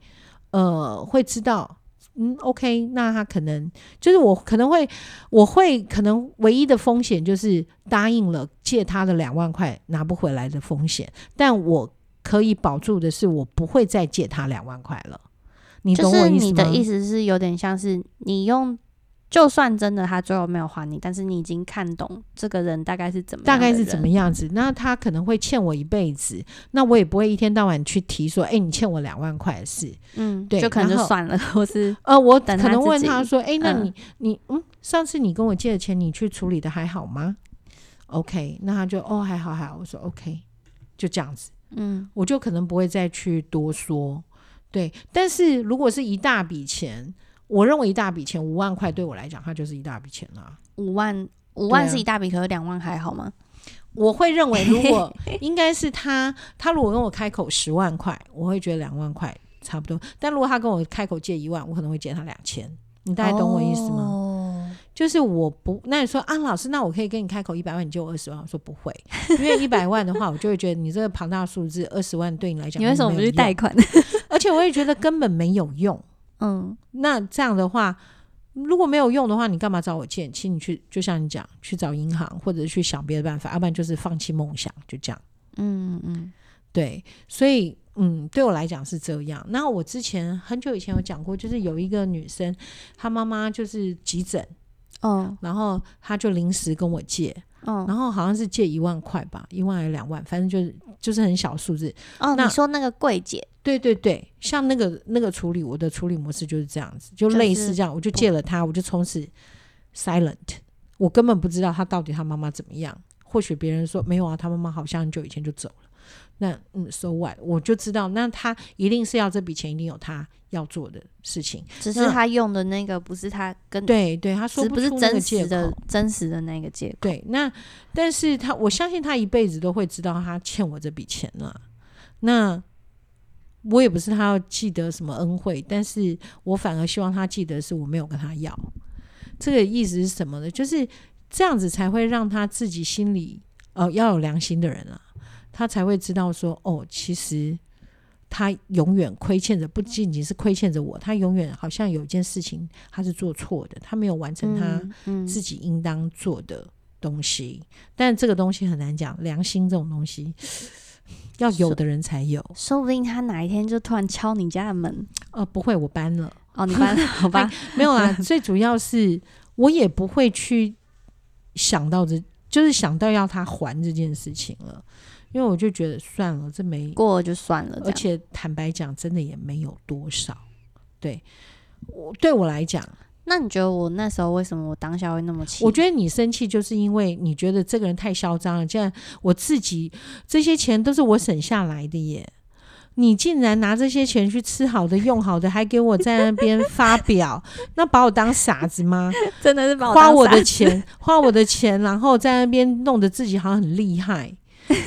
Speaker 1: 呃会知道。嗯，OK，那他可能就是我可能会，我会可能唯一的风险就是答应了借他的两万块拿不回来的风险，但我可以保住的是我不会再借他两万块了。你
Speaker 2: 就
Speaker 1: 懂我
Speaker 2: 是
Speaker 1: 意思
Speaker 2: 你
Speaker 1: 吗？
Speaker 2: 的意思是有点像是你用，就算真的他最后没有还你，但是你已经看懂这个人大概是怎么
Speaker 1: 大
Speaker 2: 样的
Speaker 1: 概
Speaker 2: 人
Speaker 1: 是怎么样子？那他可能会欠我一辈子，那我也不会一天到晚去提说，哎、你欠我两万块的事。
Speaker 2: 嗯，
Speaker 1: 对
Speaker 2: 就可能
Speaker 1: 然
Speaker 2: 就
Speaker 1: 后
Speaker 2: 算了，或 是
Speaker 1: 呃，我可
Speaker 2: 等他
Speaker 1: 能
Speaker 2: 自
Speaker 1: 问
Speaker 2: 己
Speaker 1: 他说，哎、那
Speaker 2: 嗯
Speaker 1: 你、你嗯，上次你跟我借的钱，你去处理的还好吗？OK，那他就哦还好还好，我说 OK，就这样子，
Speaker 2: 嗯
Speaker 1: 我就可能不会再去多说。对，但是如果是一大笔钱，我认为一大笔钱五万块对我来讲，它就是一大笔钱啦、
Speaker 2: 五万五
Speaker 1: 对
Speaker 2: 万
Speaker 1: 啊
Speaker 2: 是一大笔，可是两万还好吗？
Speaker 1: 我会认为，如果 应该是他，他如果跟我开口十万块，我会觉得两万块差不多。但如果他跟我开口借一万，我可能会借他两千。你大概懂我意思吗？
Speaker 2: 哦
Speaker 1: 就是我不，那你说啊，老师，那我可以跟你开口一百万，你借我二十万？我说不会， 因为一百万的话，我就会觉得你这个庞大的数 字，二十万对你来讲，
Speaker 2: 你为什么不
Speaker 1: 不
Speaker 2: 去贷？款？
Speaker 1: 而且我也觉得根本没有用。
Speaker 2: 嗯，
Speaker 1: 那这样的话，如果没有用的话，你干嘛找我借？请你去，就像你讲，去找银行，或者去想别的办法，要不然就是放弃梦想，就这样。
Speaker 2: 嗯嗯
Speaker 1: 对，所以嗯，对我来讲是这样。那我之前很久以前有讲过，就是有一个女生，她妈妈就是急诊，
Speaker 2: 哦
Speaker 1: 然后她就临时跟我借，
Speaker 2: 哦
Speaker 1: 然后好像是借一万块吧，一万还是两万，反正就是就是很小数字。
Speaker 2: 哦，
Speaker 1: 那
Speaker 2: 你说那个柜姐
Speaker 1: 对对对，像那个那个处理，我的处理模式就是这样子，就
Speaker 2: 就是
Speaker 1: 类似这样，我就
Speaker 2: 不
Speaker 1: 借了她，我就从此 silent，我根本不知道她到底她妈妈怎么样。或许别人说没有啊，她妈妈好像很久以前就走了。那嗯，so what？我就知道，那她一定是要这笔钱，一定有她要做的事情。
Speaker 2: 只是
Speaker 1: 那
Speaker 2: 她用的那个不是她跟，
Speaker 1: 对对，她说
Speaker 2: 嗯只不是
Speaker 1: 出那个
Speaker 2: 真
Speaker 1: 借
Speaker 2: 实
Speaker 1: 口
Speaker 2: 的。真实的那个借口。
Speaker 1: 对，那但是她，我相信她一辈子都会知道她欠我这笔钱了、那我也不是他要记得什么恩惠，但是我反而希望他记得是我没有跟他要。这个意思是什么呢？就是这样子才会让他自己心里呃要有良心的人啊，他才会知道说哦，其实他永远亏欠着，不仅仅是亏欠着我，他永远好像有一件事情他是做错的，他没有完成他
Speaker 2: 嗯
Speaker 1: 自己应当做的东西。但这个东西很难讲，良心这种东西要有的人才有。
Speaker 2: 说不定他哪一天就突然敲你家的 门
Speaker 1: 呃，不会，我搬了，
Speaker 2: 哦，你搬了好吧？
Speaker 1: 没有啦。 最主要是我也不会去想到这，就是想到要他还这件事情了，因为我就觉得算了，这没，
Speaker 2: 过了就算了，这
Speaker 1: 而
Speaker 2: 样。
Speaker 1: 且坦白讲，真的也没有多少。对我对我来讲，
Speaker 2: 那你觉得我那时候为什么我当下会那么气？
Speaker 1: 我觉得你生气就是因为你觉得这个人太嚣张了，竟然我自己这些钱都是我省下来的耶。你竟然拿这些钱去吃好的、用好的，还给我在那边发表， 那把我当傻子吗？
Speaker 2: 得真的是把
Speaker 1: 花
Speaker 2: 当
Speaker 1: 我
Speaker 2: 傻
Speaker 1: 的钱， 花我的钱，然后在那边弄得自己好像很厉害。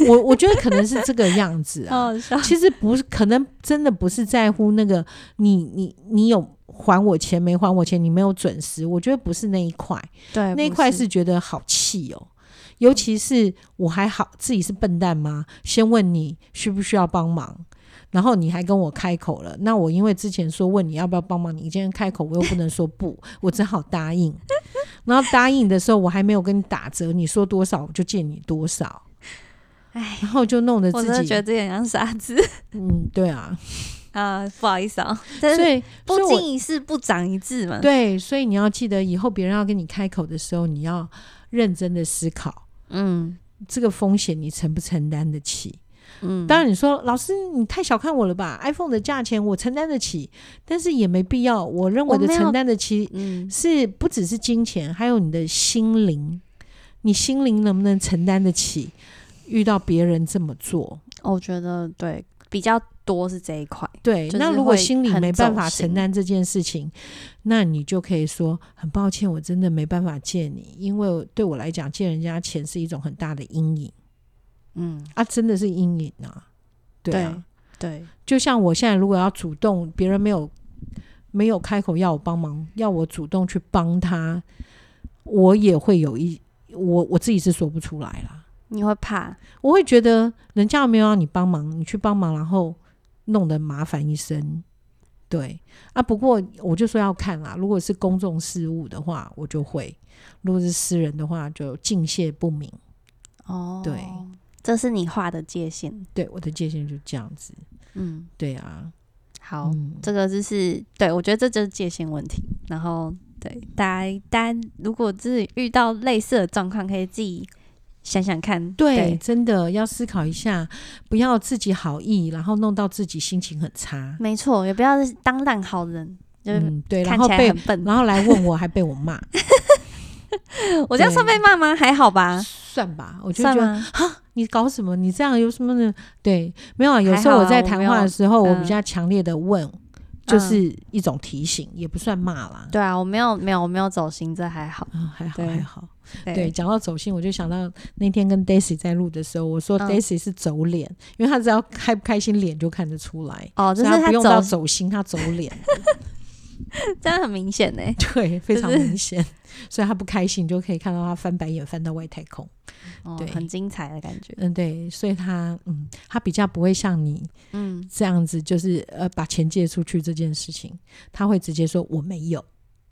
Speaker 1: 我我觉得可能是这个样子
Speaker 2: 好
Speaker 1: 啊。
Speaker 2: 好笑。
Speaker 1: 其实不是，可能真的不是在乎那个你你你有还我钱没还我钱，你没有准时，我觉得不是那一块，
Speaker 2: 对，
Speaker 1: 那一
Speaker 2: 哎不
Speaker 1: 块是觉得好气哦。尤其是我还好，自己是笨蛋吗？先问你需不需要帮忙，然后你还跟我开口了。那我因为之前说问你要不要帮忙，你今天开口，我又不能说不，我只好答应。 然后答应的时候，我还没有跟你打折，你说多少我就借你多少，
Speaker 2: 哎，
Speaker 1: 然后就弄得
Speaker 2: 我真
Speaker 1: 自
Speaker 2: 的觉得
Speaker 1: 己，
Speaker 2: 自己很像傻 子
Speaker 1: 嗯，对啊，
Speaker 2: 啊，不好意思啊，但
Speaker 1: 所
Speaker 2: 是
Speaker 1: 以，
Speaker 2: 不
Speaker 1: 所以我
Speaker 2: 经一事不长一智嘛。
Speaker 1: 对，所以你要记得，以后别人要跟你开口的时候，你要认真的思考
Speaker 2: 嗯
Speaker 1: 这个风险你承不承担得起。
Speaker 2: 嗯，
Speaker 1: 当然，你说老师你太小看我了吧？iPhone 的价钱我承担得起，但是也没必要。我认为
Speaker 2: 我
Speaker 1: 的
Speaker 2: 没有
Speaker 1: 承担得起
Speaker 2: 嗯
Speaker 1: 是不只是金钱，还有你的心灵，你心灵能不能承担得起遇到别人这么做？
Speaker 2: 我觉得对比较多是这一块，
Speaker 1: 对，
Speaker 2: 就是
Speaker 1: 那如果
Speaker 2: 会
Speaker 1: 心里
Speaker 2: 很
Speaker 1: 没办
Speaker 2: 走
Speaker 1: 法
Speaker 2: 心
Speaker 1: 承担这件事情，那你就可以说很抱歉，我真的没办法借你，因为对我来讲，借人家钱是一种很大的阴影
Speaker 2: 嗯
Speaker 1: 啊，真的是阴影啊，对啊。
Speaker 2: 对，
Speaker 1: 就像我现在如果要主动，别人没有没有开口要我帮忙，要我主动去帮他，我也会有一我我自己是说不出来啦。
Speaker 2: 你会怕，
Speaker 1: 我会觉得人家没有让你帮忙，你去帮忙，然后弄得麻烦一身。对啊，不过我就说要看啦。如果是公众事务的话，我就会；如果是私人的话，就敬谢不敏。
Speaker 2: 哦，
Speaker 1: 对，
Speaker 2: 这是你画的界限，
Speaker 1: 对，我的界限就这样子。
Speaker 2: 嗯，
Speaker 1: 对啊，
Speaker 2: 好，
Speaker 1: 嗯，
Speaker 2: 这个就是对我觉得这就是界限问题，然后对大家大家如果是遇到类似的状况，可以自己想想看，
Speaker 1: 对，真的要思考一下，不要自己好意，然后弄到自己心情很差。
Speaker 2: 没错，也不要当烂好人，就是
Speaker 1: 嗯，对，然
Speaker 2: 嗯看
Speaker 1: 后
Speaker 2: 起来
Speaker 1: 被
Speaker 2: 很笨。
Speaker 1: 然后来问我，还被我 骂，
Speaker 2: 我这样算被骂吗？还好吧，
Speaker 1: 算吧，我就觉
Speaker 2: 啊算
Speaker 1: 得
Speaker 2: 吗？
Speaker 1: 你搞什么？你这样有什么呢？对，没有啊。有时候
Speaker 2: 还好啊
Speaker 1: 我在谈话的时候，
Speaker 2: 我
Speaker 1: 我
Speaker 2: 没有嗯
Speaker 1: 比较强烈的问，就是一种提醒，也不算骂啦。
Speaker 2: 对啊，我没有没有我没有走心，这还好。
Speaker 1: 啊，还好
Speaker 2: 对
Speaker 1: 还好。对，，讲到走心，我就想到那天跟 Daisy 在录的时候，我说
Speaker 2: 嗯
Speaker 1: Daisy 是走脸，因为她只要开不开心，脸就看得出来。
Speaker 2: 哦，就
Speaker 1: 所以
Speaker 2: 是
Speaker 1: 她不用到
Speaker 2: 他走，
Speaker 1: 走心，她走脸，
Speaker 2: 这样很明显 呢。
Speaker 1: 对，非常
Speaker 2: 就是
Speaker 1: 明显。所以她不开心，你就可以看到她翻白眼翻到外太空。
Speaker 2: 哦
Speaker 1: 对，
Speaker 2: 很精彩的感觉。
Speaker 1: 嗯，对，所以她嗯，她比较不会像你
Speaker 2: 嗯，
Speaker 1: 这样子就是呃把钱借出去这件事情，他会直接说我没有，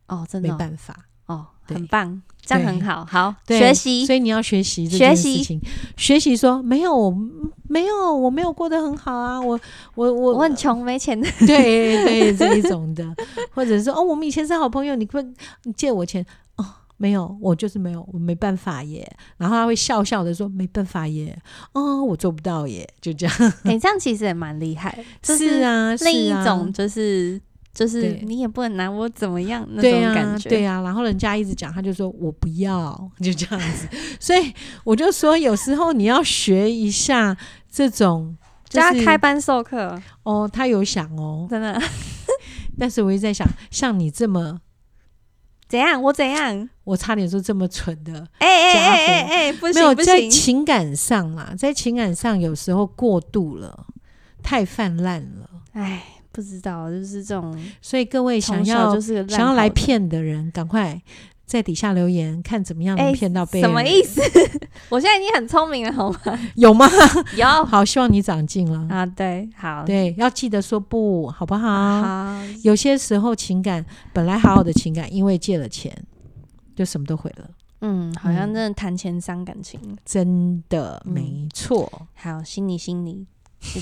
Speaker 2: 哦，真
Speaker 1: 没
Speaker 2: 的哦
Speaker 1: 办法。
Speaker 2: 哦，
Speaker 1: 对
Speaker 2: 很棒，这样很好，好
Speaker 1: 对
Speaker 2: 学习。
Speaker 1: 所以你要学习这件
Speaker 2: 学习
Speaker 1: 事情，学习说没有，我没有，我没有过得很好啊，我我我
Speaker 2: 我很穷，没 钱。
Speaker 1: 对对这一种的，或者是哦，我们以前是好朋友，你会你借我钱哦。没有，我就是没有，我没办法耶。然后他会笑笑的说：“没办法耶，哦，我做不到耶。”就这样。
Speaker 2: 哎，这样其实也蛮厉害的，就是是
Speaker 1: 啊，是
Speaker 2: 另一
Speaker 1: 啊
Speaker 2: 种就是就是
Speaker 1: 对
Speaker 2: 你也不能拿我怎么样那
Speaker 1: 对
Speaker 2: 种
Speaker 1: 呀，
Speaker 2: 感觉。
Speaker 1: 对呀、然后人家一直讲，他就说我不要， 就这样子。所以我就说，有时候你要学一下这种，就
Speaker 2: 就要
Speaker 1: 是
Speaker 2: 开班授课，
Speaker 1: 哦，他有想哦，
Speaker 2: 真的
Speaker 1: 但是我一直在想，像你这么，
Speaker 2: 怎样？我怎样？
Speaker 1: 我差点说这么蠢的，
Speaker 2: 哎哎
Speaker 1: 家伙
Speaker 2: 哎哎哎，不
Speaker 1: 没有
Speaker 2: 行不
Speaker 1: 在
Speaker 2: 行，
Speaker 1: 情感上啦，在情感上有时候过度了，太泛滥了。
Speaker 2: 哎，不知道，就是这种
Speaker 1: 所以各位想
Speaker 2: 从小
Speaker 1: 要
Speaker 2: 就是个烂
Speaker 1: 想要
Speaker 2: 好
Speaker 1: 来
Speaker 2: 人
Speaker 1: 骗的人，赶快在底下留言，看怎么样能
Speaker 2: 哎
Speaker 1: 骗到被
Speaker 2: 什么
Speaker 1: 人
Speaker 2: 意思？ 我现在已经很聪明了，好吗？
Speaker 1: 有吗？
Speaker 2: 有
Speaker 1: 好，希望你长进了。
Speaker 2: 啊，对，好，
Speaker 1: 对，啊要记得说不，好不好？
Speaker 2: 好，
Speaker 1: 有些时候情感本来好好的情感，因为借了钱，就什么都毁了。
Speaker 2: 嗯，好像
Speaker 1: 嗯
Speaker 2: 真的谈钱伤感情。
Speaker 1: 真的，
Speaker 2: 嗯
Speaker 1: 没错。
Speaker 2: 好，心里心里，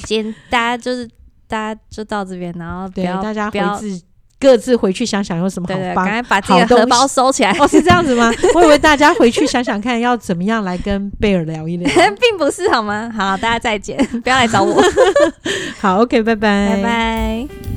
Speaker 2: 今天大家就是大家就到这边，然后不
Speaker 1: 对，
Speaker 2: 要
Speaker 1: 大家
Speaker 2: 不
Speaker 1: 回
Speaker 2: 要
Speaker 1: 自各自回去想想有什么
Speaker 2: 对
Speaker 1: 好
Speaker 2: 对，赶
Speaker 1: 帮。
Speaker 2: 快把自己的
Speaker 1: 好东
Speaker 2: 荷包
Speaker 1: 西
Speaker 2: 收起来，
Speaker 1: 哦，是这样子吗？我以为大家回去想想看，要怎么样来跟贝尔聊一 聊。
Speaker 2: 并不是好吗？好，大家再见，不要来找我，
Speaker 1: 好，OK，拜拜，
Speaker 2: 拜拜。